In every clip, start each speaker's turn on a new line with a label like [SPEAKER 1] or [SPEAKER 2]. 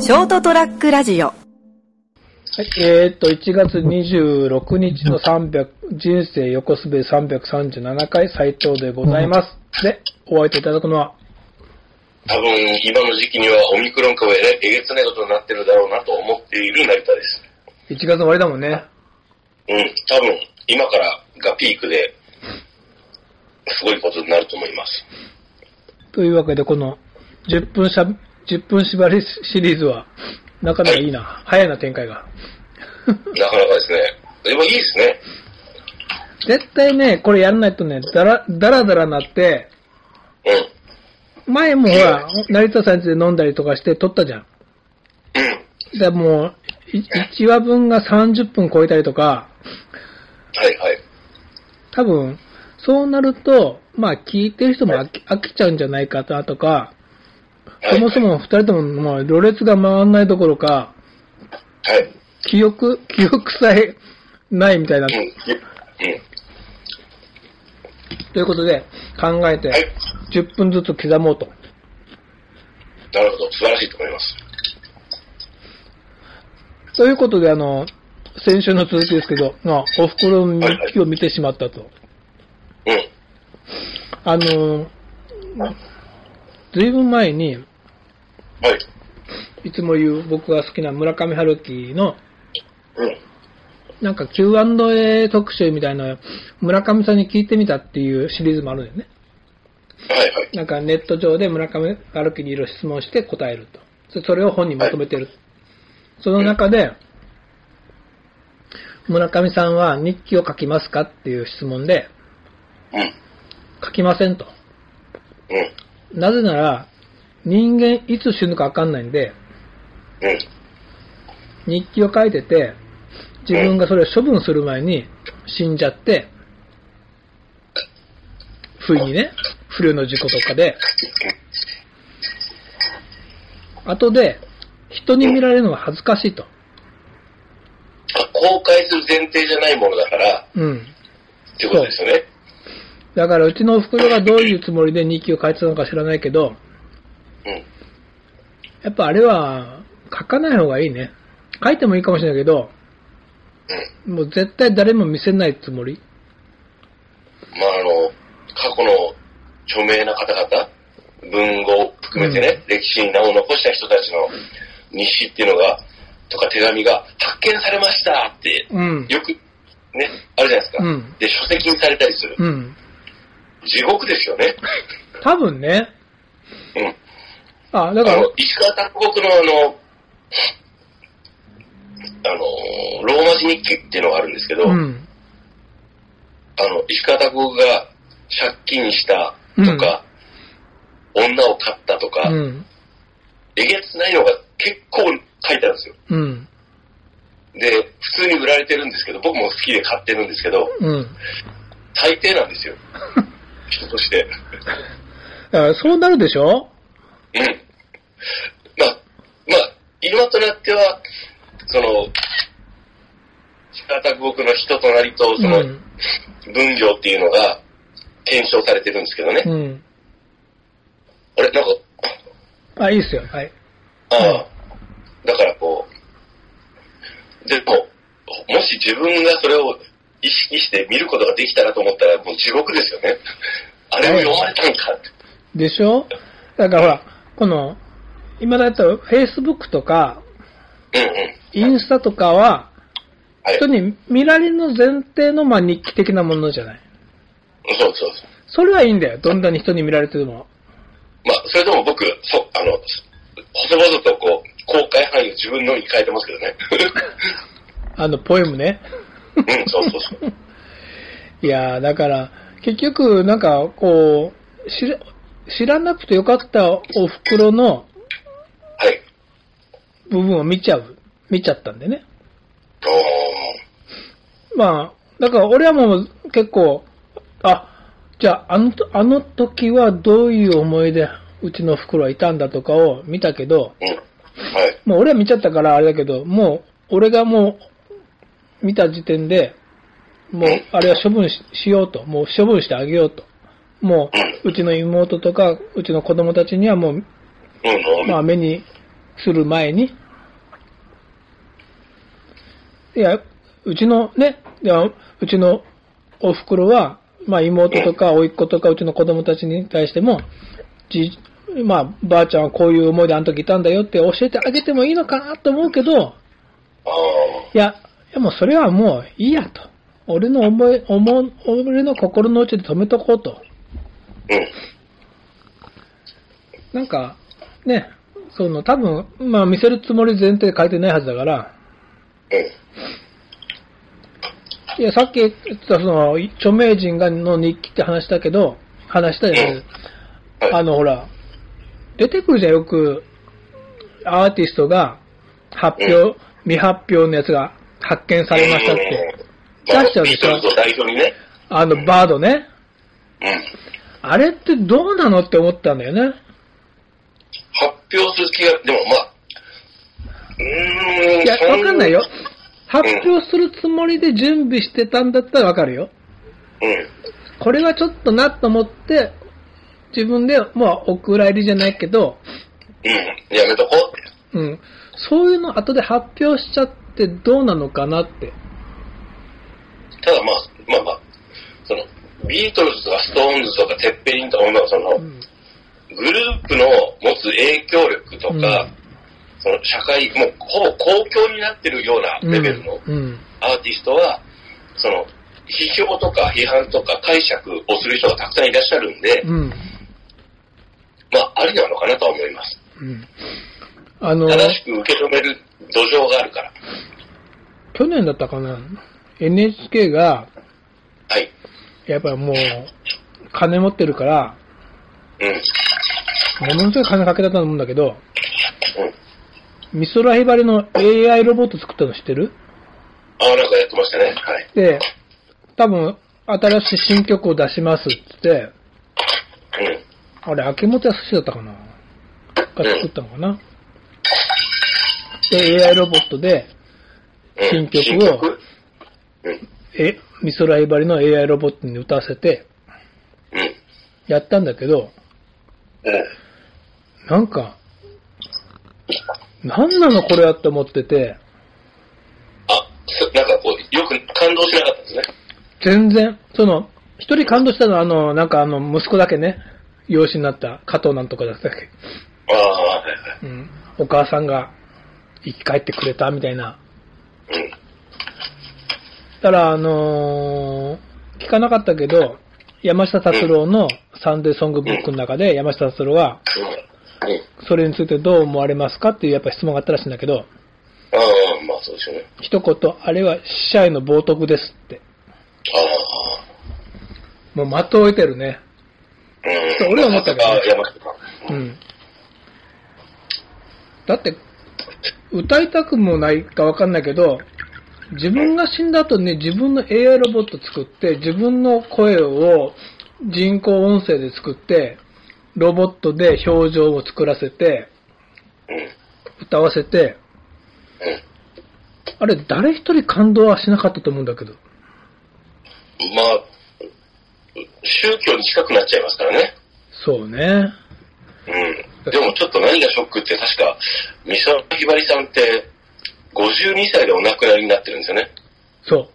[SPEAKER 1] ショートトラックラジオ
[SPEAKER 2] はい、えー、っと、1月26日の300、人生横滑り337回、斉藤でございます。で、お相手いただくのは、
[SPEAKER 3] 多分、今の時期にはオミクロン株えらえげつないことになってるだろうなと思っている成田です。
[SPEAKER 2] 1月の終わりだもんね。
[SPEAKER 3] うん、多分、今からがピークで、すごいことになると思います。
[SPEAKER 2] というわけで、この10分しゃ、10分縛りシリーズは、なかなかいいな。早いな、展開が。
[SPEAKER 3] なかなかですね。でもいいですね。
[SPEAKER 2] 絶対ね、これやんないとね、だら、だらだらなって、
[SPEAKER 3] うん。
[SPEAKER 2] 前もほら、成田さんちで飲んだりとかして撮ったじゃん。
[SPEAKER 3] うん。
[SPEAKER 2] だからもう、1話分が30分超えたりとか、
[SPEAKER 3] はいはい。
[SPEAKER 2] 多分、そうなると、まあ聞いてる人も飽き飽きちゃうんじゃないかなとか、
[SPEAKER 3] はい
[SPEAKER 2] そもそも二人とももうろれつが回んないどころか、
[SPEAKER 3] はい。
[SPEAKER 2] 記憶、記憶さえないみたいな、
[SPEAKER 3] うん。
[SPEAKER 2] と
[SPEAKER 3] うん。
[SPEAKER 2] いうことで考え
[SPEAKER 3] はい
[SPEAKER 2] て、。10分ずつ刻もうと。
[SPEAKER 3] なるほど。素晴らしいと思います。
[SPEAKER 2] ということで、あの、先週の続きですけど、まあおふくろの日記を見てしまったと。
[SPEAKER 3] うん。
[SPEAKER 2] あの、ずいぶん前に、
[SPEAKER 3] はい。
[SPEAKER 2] いつも言う僕が好きな村上春樹の
[SPEAKER 3] うん。
[SPEAKER 2] なんか Q&A 特集みたいなの村上さんに聞いてみたっていうシリーズもあるんだよね。
[SPEAKER 3] はいはい。
[SPEAKER 2] なんかネット上で村上歩きにいろいろ質問して答えると。そそれを本にまとめてる。その中で、村上さんは日記を書きますかっていう質問で、
[SPEAKER 3] うん。
[SPEAKER 2] 書きませんと。
[SPEAKER 3] うん。
[SPEAKER 2] なぜなら、人間いつ死ぬかわかんないんで、
[SPEAKER 3] うん。
[SPEAKER 2] 日記を書いてて、自分がそれを処分する前に死んじゃって、不意にね、不慮の事故とかで、後で、人に見られるのは恥ずかしいと。
[SPEAKER 3] あ公開する前提じゃないものだから、
[SPEAKER 2] うん。
[SPEAKER 3] っていうことですよね。
[SPEAKER 2] だから、うちのおふくろがどういうつもりで日記を書いてたのか知らないけど、
[SPEAKER 3] うん。
[SPEAKER 2] やっぱあれは、書かない方がいいね。書いてもいいかもしれないけど、もう絶対誰も見せないつもり。
[SPEAKER 3] まあ、あの、過去の著名な方々、文豪を含めてね、歴史に名を残した人たちの日誌っていうのが、とか手紙が発見されましたって、
[SPEAKER 2] うん。
[SPEAKER 3] よくね、あるじゃないですか。
[SPEAKER 2] うん
[SPEAKER 3] で、書籍にされたりする。
[SPEAKER 2] うん。
[SPEAKER 3] 地獄ですよね。
[SPEAKER 2] 多分ね。
[SPEAKER 3] うん。
[SPEAKER 2] あ、だか
[SPEAKER 3] あ
[SPEAKER 2] ら
[SPEAKER 3] の、、石川拓国のあの、あの、ローマ字日記っていうのがあるんですけど、
[SPEAKER 2] うん。
[SPEAKER 3] あの、石川拓国が借金したとか、女を買ったとか、
[SPEAKER 2] うん。
[SPEAKER 3] えげつないのが結構書いてあるんですよ。
[SPEAKER 2] うん。
[SPEAKER 3] で、普通に売られてるんですけど、僕も好きで買ってるんですけど、
[SPEAKER 2] うん。
[SPEAKER 3] 大抵なん ですよ。人として。
[SPEAKER 2] だからそうなるでしょ
[SPEAKER 3] うん。まあ、まあ、今となっては、その、仕方僕の人となりと、
[SPEAKER 2] う
[SPEAKER 3] その
[SPEAKER 2] ん。
[SPEAKER 3] 分業っていうのが検証されてるんですけどね。
[SPEAKER 2] うん。
[SPEAKER 3] あれ、なんか、
[SPEAKER 2] あ、いいっすよ。はい。
[SPEAKER 3] ああ、だからこう、でも、もし自分がそれを意識して見ることができたらと思ったら、もう地獄ですよね。あれを読まれたんかって。
[SPEAKER 2] でしょだからほら、この、今だったら Facebook とか、
[SPEAKER 3] うんうん。
[SPEAKER 2] インスタとかは、
[SPEAKER 3] はい。
[SPEAKER 2] 人に見られるの前提の、まあ、日記的なものじゃない。
[SPEAKER 3] そうそうそう。
[SPEAKER 2] それはいいんだよ。どんなに人に見られても。
[SPEAKER 3] まあ、それでも僕、そあの、細々とこう、公開範囲を自分のに変えてますけ どね。
[SPEAKER 2] あの、ポエムね。
[SPEAKER 3] うん、そうそうそう。
[SPEAKER 2] いやー、だから、結局、なんか、こう、知ら、知らなくてよかったお袋の
[SPEAKER 3] はい。
[SPEAKER 2] 部分を見ちゃう。見ちゃったんでね。
[SPEAKER 3] おー
[SPEAKER 2] まあ、だから俺はもう結構、あ、じゃああのと、あの時はどういう思いでうちの袋はいたんだとかを見たけど、
[SPEAKER 3] うん。はい。
[SPEAKER 2] もう俺は見ちゃったからあれだけど、もう俺がもう見た時点で、もう
[SPEAKER 3] うん
[SPEAKER 2] あれは処分ししようと、もう処分してあげようと。もう、うちの妹とか、うちの子供たちにはもう、
[SPEAKER 3] うん、うん。
[SPEAKER 2] まあ目にする前に、いや、うちのね、いやうちのお袋は、まあ妹とか甥っ子とかうちの子供たちに対しても、じまあばあちゃんはこういう思いであの時いたんだよって教えてあげてもいいのかなと思うけど、
[SPEAKER 3] ああ、
[SPEAKER 2] いや、いやもうそれはもういいやと。俺の思い、思う、俺の心の内で止めとこうと。
[SPEAKER 3] うん。
[SPEAKER 2] なんか、ね、その多分、まあ見せるつもり前提で書いてないはずだから、
[SPEAKER 3] うん。
[SPEAKER 2] いや、さっき言ったその、著名人がの日記って話したけど、話したじゃないです
[SPEAKER 3] はい。
[SPEAKER 2] あの、ほら、出てくるじゃん、よく、アーティストが、発
[SPEAKER 3] う
[SPEAKER 2] 表、未発表のやつが発見されましたって。
[SPEAKER 3] うん
[SPEAKER 2] 出しちゃうでしょ
[SPEAKER 3] まあビートルズを代表にね。
[SPEAKER 2] あの、バードね。
[SPEAKER 3] うん。
[SPEAKER 2] あれってどうなのって思ったんだよね。
[SPEAKER 3] 発表する気が、でもまあ、うーん。
[SPEAKER 2] いや、
[SPEAKER 3] そ
[SPEAKER 2] わかんないよ。。発表するつもりで準備してたんだったらわかるよ。
[SPEAKER 3] うん。
[SPEAKER 2] これはちょっとなと思って、自分で、もう、お蔵入りじゃないけど、
[SPEAKER 3] うん。やめとこうって。
[SPEAKER 2] うん、そういうの後で発表しちゃってどうなのかなって。
[SPEAKER 3] ただまあ、まあまあ、その、ビートルズとかストーンズとかテッペリンとかの、その、
[SPEAKER 2] うん
[SPEAKER 3] グループの持つ影響力とか、
[SPEAKER 2] うん
[SPEAKER 3] その社会、もうほぼ公共になってるようなレベルの
[SPEAKER 2] うん。
[SPEAKER 3] アーティストは、その、批評とか批判とか解釈をする人がたくさんいらっしゃるんで、
[SPEAKER 2] うん。
[SPEAKER 3] まあ、ありなのかなとは思います。
[SPEAKER 2] うん。あの、
[SPEAKER 3] 正しく受け止める土壌があるから。
[SPEAKER 2] 去年だったかな ?NHK が、
[SPEAKER 3] はい。
[SPEAKER 2] やっぱもう、金持ってるから、
[SPEAKER 3] うん。
[SPEAKER 2] ものすごい金かけたと思うんだけど、
[SPEAKER 3] うん。
[SPEAKER 2] 美空ひばりの AI ロボット作ったの知ってる
[SPEAKER 3] ああ、なんかやってましたね。はい。
[SPEAKER 2] で、多分、新しい新曲を出しますって言って、
[SPEAKER 3] うん。
[SPEAKER 2] あれ、秋元康だったかなが作ったのかなで、AI ロボットで、
[SPEAKER 3] うん、
[SPEAKER 2] 新曲を
[SPEAKER 3] うん。
[SPEAKER 2] え、美空ひばりの AI ロボットに歌わせて、
[SPEAKER 3] うん。
[SPEAKER 2] やったんだけど、
[SPEAKER 3] うん。
[SPEAKER 2] なんか、なんなのこれはって思ってて、
[SPEAKER 3] あ、そなんかこう、よく感動しなかったんですね。
[SPEAKER 2] 全然、その、一人感動したのは、あの、なんかあの、息子だけね、養子になった加藤なんとかだったっけ。
[SPEAKER 3] ああ、はいは
[SPEAKER 2] うん。お母さんが生き返ってくれたみたいな。
[SPEAKER 3] い。うん。
[SPEAKER 2] たら、あのー聞かなかったけど、山下達郎のサンデーソングブックの中で山下達郎は、
[SPEAKER 3] うん。うん。
[SPEAKER 2] それについてどう思われますかっていうやっぱ質問があったらしいんだけど、
[SPEAKER 3] ああ、まあそうですよね。
[SPEAKER 2] 一言、あれは死者への冒涜ですって。
[SPEAKER 3] ああ、
[SPEAKER 2] もう的を置いてるね。
[SPEAKER 3] うん。
[SPEAKER 2] 俺は思ったけど
[SPEAKER 3] ああ、山下さん。
[SPEAKER 2] うん。だって、歌いたくもないかわかんないけど、自分が死んだ後に自分の AI ロボット作って、自分の声を人工音声で作って、ロボットで表情を作らせて、
[SPEAKER 3] うん。
[SPEAKER 2] 歌わせて、あれ誰一人感動はしなかったと思うんだけど。
[SPEAKER 3] うん。まあ、宗教に近くなっちゃいますからね。
[SPEAKER 2] そうね。
[SPEAKER 3] うん。でもちょっと何がショックって確か、三沢ひばりさんって、52歳でお亡くなりになってるんですよね。
[SPEAKER 2] そ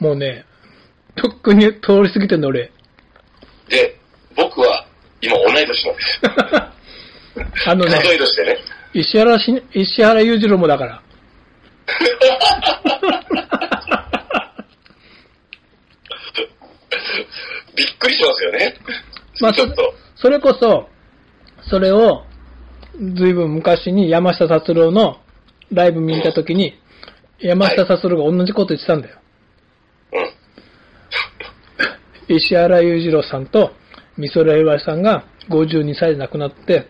[SPEAKER 2] う。もうね、とっくに通り過ぎてんの俺。
[SPEAKER 3] で、僕は今同い年なんですよ。
[SPEAKER 2] あのね、
[SPEAKER 3] 同い年でね。
[SPEAKER 2] 石原し、石原裕次郎もだから。
[SPEAKER 3] びっくりしますよね。
[SPEAKER 2] まあ、
[SPEAKER 3] ち
[SPEAKER 2] そ
[SPEAKER 3] ょっと。
[SPEAKER 2] それこそ、それを、ずいぶん昔に山下達郎のライブ見に行った時に、山下達郎が同じこと言ってたんだよ。
[SPEAKER 3] うん。
[SPEAKER 2] 石原裕次郎さんと美空ひばりさんが52歳で亡くなって、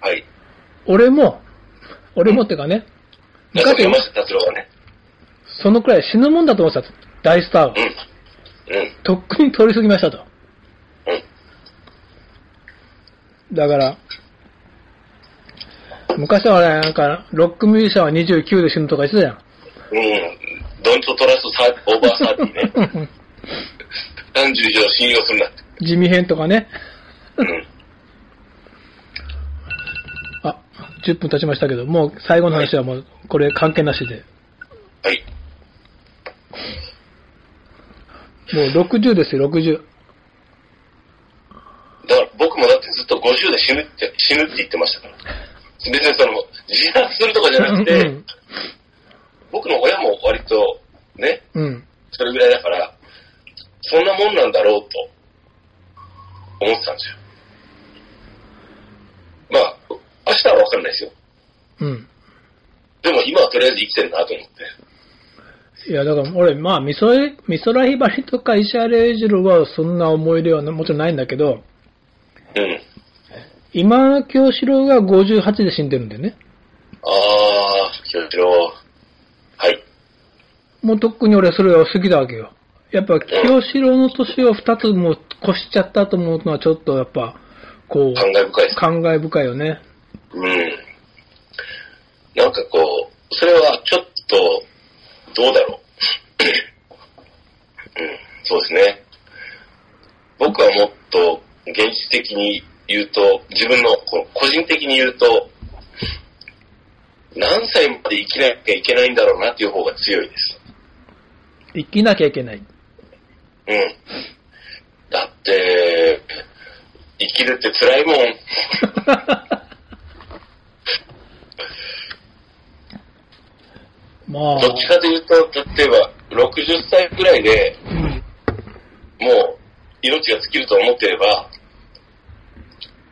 [SPEAKER 3] はい。
[SPEAKER 2] 俺も、俺もってかね、
[SPEAKER 3] だから
[SPEAKER 2] 昔
[SPEAKER 3] 山下達郎がね。
[SPEAKER 2] そのくらい死ぬもんだと思ってたと。大スターは
[SPEAKER 3] う。ん。うん。
[SPEAKER 2] とっくに通り過ぎましたと。
[SPEAKER 3] うん。
[SPEAKER 2] だから、昔はね、なんか、ロックミュージシャンは29で死ぬとか言ってたじゃん。
[SPEAKER 3] うん。ドントトラストサオーバーサーティね。30以上信用するなって。
[SPEAKER 2] 地味編とかね。
[SPEAKER 3] うん。
[SPEAKER 2] あ、 10分経ちましたけど、もう最後の話はもう、これ関係なしで。
[SPEAKER 3] はい。
[SPEAKER 2] もう60ですよ、60。
[SPEAKER 3] だから僕もだってずっと50で死ぬって、死ぬって言ってましたから。別にその、自殺するとかじゃなく
[SPEAKER 2] う
[SPEAKER 3] て
[SPEAKER 2] ん、
[SPEAKER 3] 僕の親も割と、ね、
[SPEAKER 2] うん。
[SPEAKER 3] それぐらいだから、そんなもんなんだろうと、思ってたんですよ。まあ、明日はわかんないですよ。
[SPEAKER 2] うん。
[SPEAKER 3] でも今はとりあえず生きてるなと思って。
[SPEAKER 2] いや、だから俺、まあ、美空美空ひばりとか石原裕次郎はそんな思い出はなもちろんないんだけど、
[SPEAKER 3] うん。
[SPEAKER 2] 今京志郎が58で死んでるんだよね。
[SPEAKER 3] あー、清志郎。はい。
[SPEAKER 2] もうとっくに俺それは好きだわけよ。やっぱ清志郎の年を2つも越しちゃったと思うのはちょっとやっぱ、こ
[SPEAKER 3] 感
[SPEAKER 2] う、
[SPEAKER 3] 慨深いです。
[SPEAKER 2] 感慨深いよね。
[SPEAKER 3] うん。なんかこう、それはちょっと、どう だろう。うん、そうですね。僕はもっと現実的に言うと、自分のこう個人的に言うと、何歳まで生きなきゃいけないんだろうなっていう方が強いです。
[SPEAKER 2] 生きなきゃいけない。
[SPEAKER 3] うん。だって、生きるって辛いもん。
[SPEAKER 2] まあ、
[SPEAKER 3] どっちかというと、例えば60歳くらいで、
[SPEAKER 2] うん
[SPEAKER 3] もう命が尽きると思ってれば、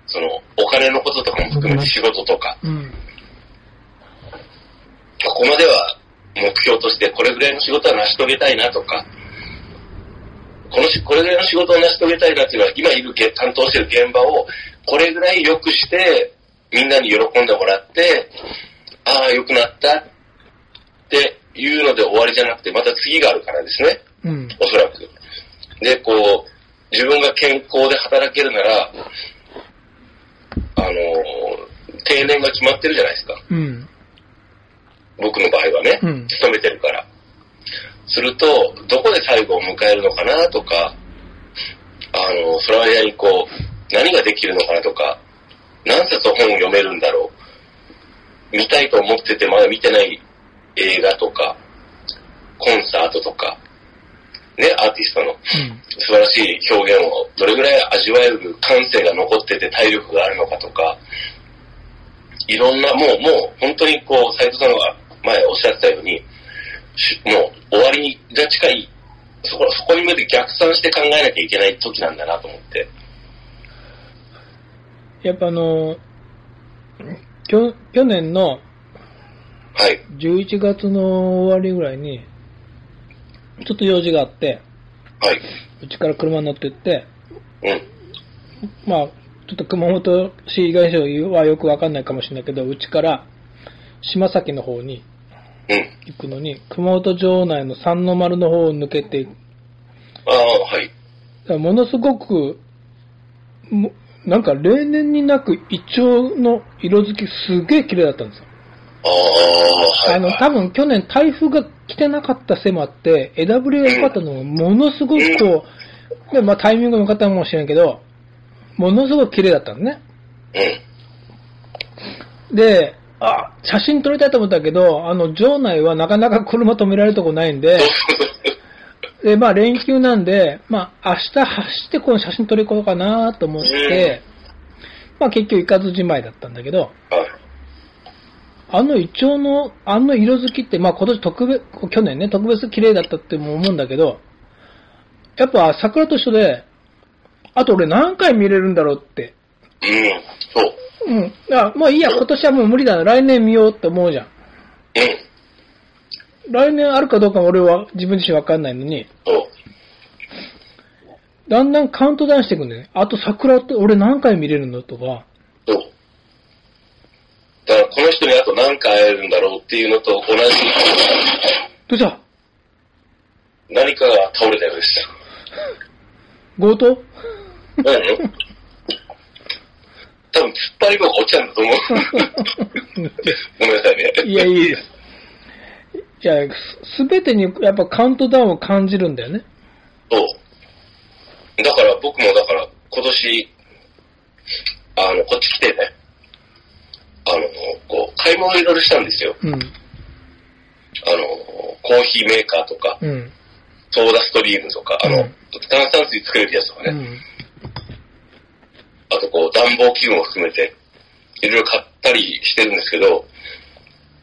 [SPEAKER 3] そのお金のこととかも含めて仕事とか、
[SPEAKER 2] うん。
[SPEAKER 3] ここまでは目標としてこれぐらいの仕事は成し遂げたいなとか、このしこれぐらいの仕事を成し遂げたいなっていうのは、今いるげ担当してる現場をこれぐらい良くして、みんなに喜んでもらって、ああ、良くなったっていうので終わりじゃなくて、また次があるからですね。
[SPEAKER 2] うん。
[SPEAKER 3] おそらく。で、こう、自分が健康で働けるなら、あのー、定年が決まってるじゃないですか。
[SPEAKER 2] うん。
[SPEAKER 3] 僕の場合はね、
[SPEAKER 2] うん
[SPEAKER 3] 勤めてるから。すると、どこで最後を迎えるのかなとか、あのー、その間にこう、何ができるのかなとか、何冊本を読めるんだろう。見たいと思っててまだ見てない映画とか、コンサートとか、ね、アーティストの。素晴らしい表現をどれぐらい味わえる感性が残ってて体力があるのかとか、いろんな、もう、もう、本当にこう、斉藤さんが前おっしゃってたように、しもう、終わりが近い、そこ、そこに向けて逆算して考えなきゃいけない時なんだなと思って。
[SPEAKER 2] やっぱあの、きょ去年の
[SPEAKER 3] はい。
[SPEAKER 2] 11月の終わりぐらいに、ちょっと用事があって、
[SPEAKER 3] はい。
[SPEAKER 2] うちから車に乗ってって、
[SPEAKER 3] うん。
[SPEAKER 2] まあ、ちょっと熊本市以外省はよくわかんないかもしれないけど、うちから島崎の方に
[SPEAKER 3] うん。
[SPEAKER 2] 行くのに、熊本城内の三の丸の方を抜けていく。
[SPEAKER 3] ああ、はい。
[SPEAKER 2] だからものすごく、もなんか例年になくイチョウの色づきすげえ綺麗だったんですよ。
[SPEAKER 3] ああ、はい。
[SPEAKER 2] あの、多分去年台風が来てなかったせいもあって、枝ぶりが良かったのも、ものすごくこう、で、まあタイミングも良かったのかもしれんけど、ものすごく綺麗だったのね。
[SPEAKER 3] うん。
[SPEAKER 2] で、あ、写真撮りたいと思ったけど、あの、場内はなかなか車止められるとこないんで、で、まあ連休なんで、まあ明日走ってこの写真撮り行こうかなと思って、まあ結局行かずじまいだったんだけど、
[SPEAKER 3] はい。
[SPEAKER 2] あのイチョウの、あの色づきって、まあ今年特別、去年ね、特別綺麗だったっても思うんだけど、やっぱ桜と一緒で、あと俺何回見れるんだろうって。
[SPEAKER 3] うん。そう。
[SPEAKER 2] うん。あ、もういいや、今年はもう無理だな。来年見ようって思うじゃん。
[SPEAKER 3] うん。
[SPEAKER 2] 来年あるかどうかも俺は自分自身わかんないのに、
[SPEAKER 3] そう。
[SPEAKER 2] だんだんカウントダウンしていくんだよね。あと桜って俺何回見れるのとか、
[SPEAKER 3] そう。だからこの人にあと何回会えるんだろうっていうのと同じ
[SPEAKER 2] どうした
[SPEAKER 3] 何かが倒れたようでした。
[SPEAKER 2] 強盗
[SPEAKER 3] 何多分突っ張り棒が落ちたんだと思う。 ごめんなさいね。
[SPEAKER 2] いや、いいです。いや、すべてにやっぱカウントダウンを感じるんだよね。
[SPEAKER 3] そう。だから僕もだから今年、あの、こっち来てね、あの、こ買い物をいろいろしたんですよ。
[SPEAKER 2] うん。
[SPEAKER 3] あの、コーヒーメーカーとか、
[SPEAKER 2] うん。
[SPEAKER 3] ソーダストリームとか、あ
[SPEAKER 2] う
[SPEAKER 3] の、
[SPEAKER 2] ん
[SPEAKER 3] 炭酸水作れるやつとかね、
[SPEAKER 2] うん。
[SPEAKER 3] あとこう暖房器具も含めて、いろいろ買ったりしてるんですけど、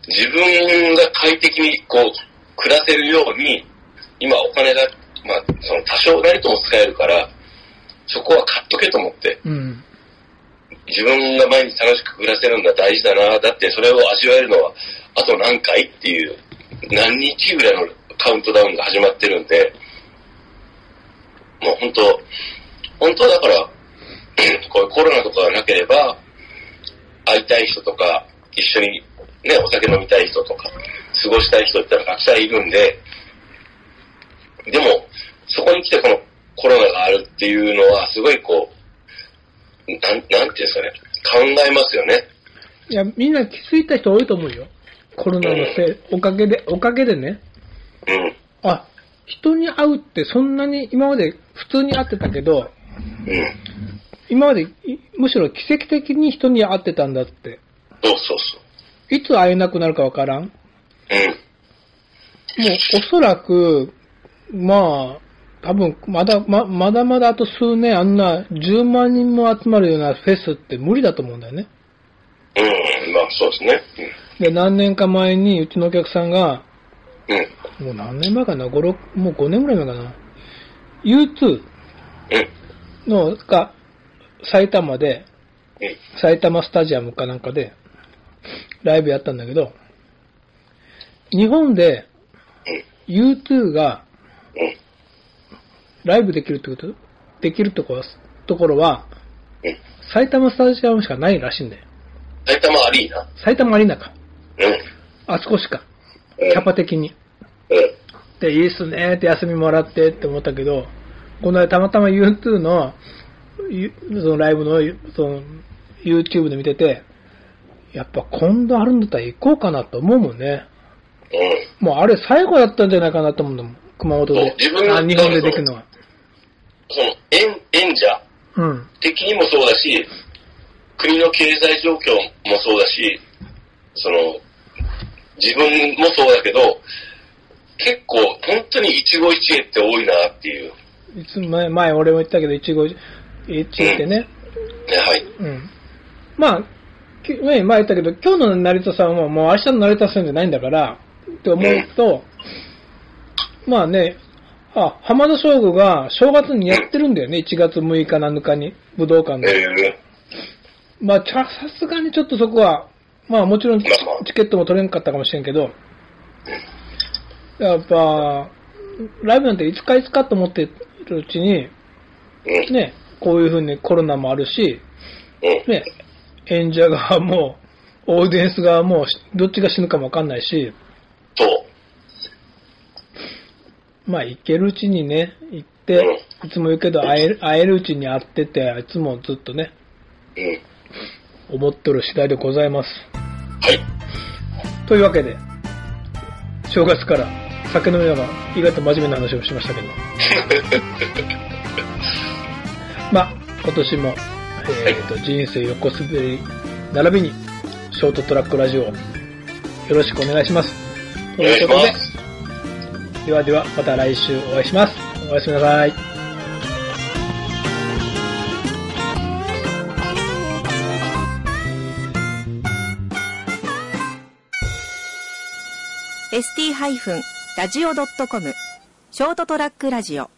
[SPEAKER 3] 自分が快適にこう、暮らせるように、今お金が、まあ、その多少なりとも使えるから、そこは買っとけと思って、
[SPEAKER 2] うん。
[SPEAKER 3] 自分が毎日楽しく暮らせるのが大事だな、だってそれを味わえるのは、あと何回っていう、何日ぐらいのカウントダウンが始まってるんで、もう本当、本当だから、 こういうコロナとかがなければ、会いたい人とか、一緒にね、お酒飲みたい人とか、過ごしたい人ってのがたくさんいるんで、でも、そこに来てこのコロナがあるっていうのは、すごいこう、なん、なんていうんですかね、考えますよね。
[SPEAKER 2] いや、みんな気づいた人多いと思うよ。コロナのせい、おかげで、おかげでね。
[SPEAKER 3] うん。
[SPEAKER 2] あ、人に会うってそんなに今まで普通に会ってたけど、
[SPEAKER 3] うん。
[SPEAKER 2] 今までいむしろ奇跡的に人に会ってたんだって。
[SPEAKER 3] そうそうそう。
[SPEAKER 2] いつ会えなくなるかわからん。もう
[SPEAKER 3] うん。
[SPEAKER 2] おそらく、まあ、多分まだま、まだまだあと数年あんな10万人も集まるようなフェスって無理だと思うんだよね。
[SPEAKER 3] うん。まあ、そうですね。
[SPEAKER 2] で、何年か前にうちのお客さんが、
[SPEAKER 3] うん。うん。
[SPEAKER 2] もう何年前かな ?5、6、もう5年ぐらい前かな ?U2
[SPEAKER 3] うん。
[SPEAKER 2] のが埼玉で、
[SPEAKER 3] うん。
[SPEAKER 2] 埼玉スタジアムかなんかで、ライブやったんだけど、日本で U2 が
[SPEAKER 3] うん。
[SPEAKER 2] ライブできるってことできるとこは、ところは、
[SPEAKER 3] うん。
[SPEAKER 2] 埼玉スタジアムしかないらしいんだよ。
[SPEAKER 3] 埼玉アリーナ。
[SPEAKER 2] 埼玉アリーナか。
[SPEAKER 3] うん。
[SPEAKER 2] あそこしか。
[SPEAKER 3] うん
[SPEAKER 2] キャパ的に。
[SPEAKER 3] うん。
[SPEAKER 2] で、いいっすねって休みもらってって思ったけど、この間たまたま U2 の、ゆそのライブの、その、YouTube で見てて、やっぱ今度あるんだったら行こうかなと思うもんね。
[SPEAKER 3] うん。
[SPEAKER 2] もうあれ最後だったんじゃないかなと思うんだもん。熊本で。
[SPEAKER 3] そう自分の
[SPEAKER 2] あ日本でできるのは。
[SPEAKER 3] その、演、演者
[SPEAKER 2] うん。
[SPEAKER 3] 的にもそうだし、国の経済状況もそうだし、その、自分もそうだけど、結構、本当に一期一会って多いなっていう。
[SPEAKER 2] いつも前、前俺も言ったけど、いちご、いってね。
[SPEAKER 3] ね、はい。
[SPEAKER 2] うん。まあ、きね前言ったけど、今日の成田さんはもう明日の成田さんじゃないんだから、って思うと、まあね、あ、浜田省吾が正月にやってるんだよね、1月6日7日に、武道館
[SPEAKER 3] え
[SPEAKER 2] で。
[SPEAKER 3] え
[SPEAKER 2] まあ、ちゃさすがにちょっとそこは、まあもちろんチ
[SPEAKER 3] まあまあ
[SPEAKER 2] チケットも取れんかったかもしれんけど、やっぱ、ライブなんていつかいつかと思ってるうちに、
[SPEAKER 3] うん。
[SPEAKER 2] ね、こういうふうにコロナもあるし、
[SPEAKER 3] うん。
[SPEAKER 2] ね、演者側も、オーディエンス側も、しどっちが死ぬかもわかんないし、
[SPEAKER 3] そう。
[SPEAKER 2] まあ、行けるうちにね、行って、いつも言うけど、会える、会えるうちに会ってて、いつもずっとね、
[SPEAKER 3] うん。
[SPEAKER 2] 思っとる次第でございます。
[SPEAKER 3] はい。
[SPEAKER 2] というわけで、正月から酒飲みながら、意外と真面目な話をしましたけど。 まあ、今年も、えっ、と、人生横滑り、並びに、ショートトラックラジオ、よろしくお願いします。と
[SPEAKER 3] お願い
[SPEAKER 2] い
[SPEAKER 3] し
[SPEAKER 2] うこ
[SPEAKER 3] ま
[SPEAKER 2] とで、
[SPEAKER 3] す。
[SPEAKER 2] ではでは、また来週お会いします。おやすみなさい。
[SPEAKER 1] ST-radio.com ショートトラックラジオ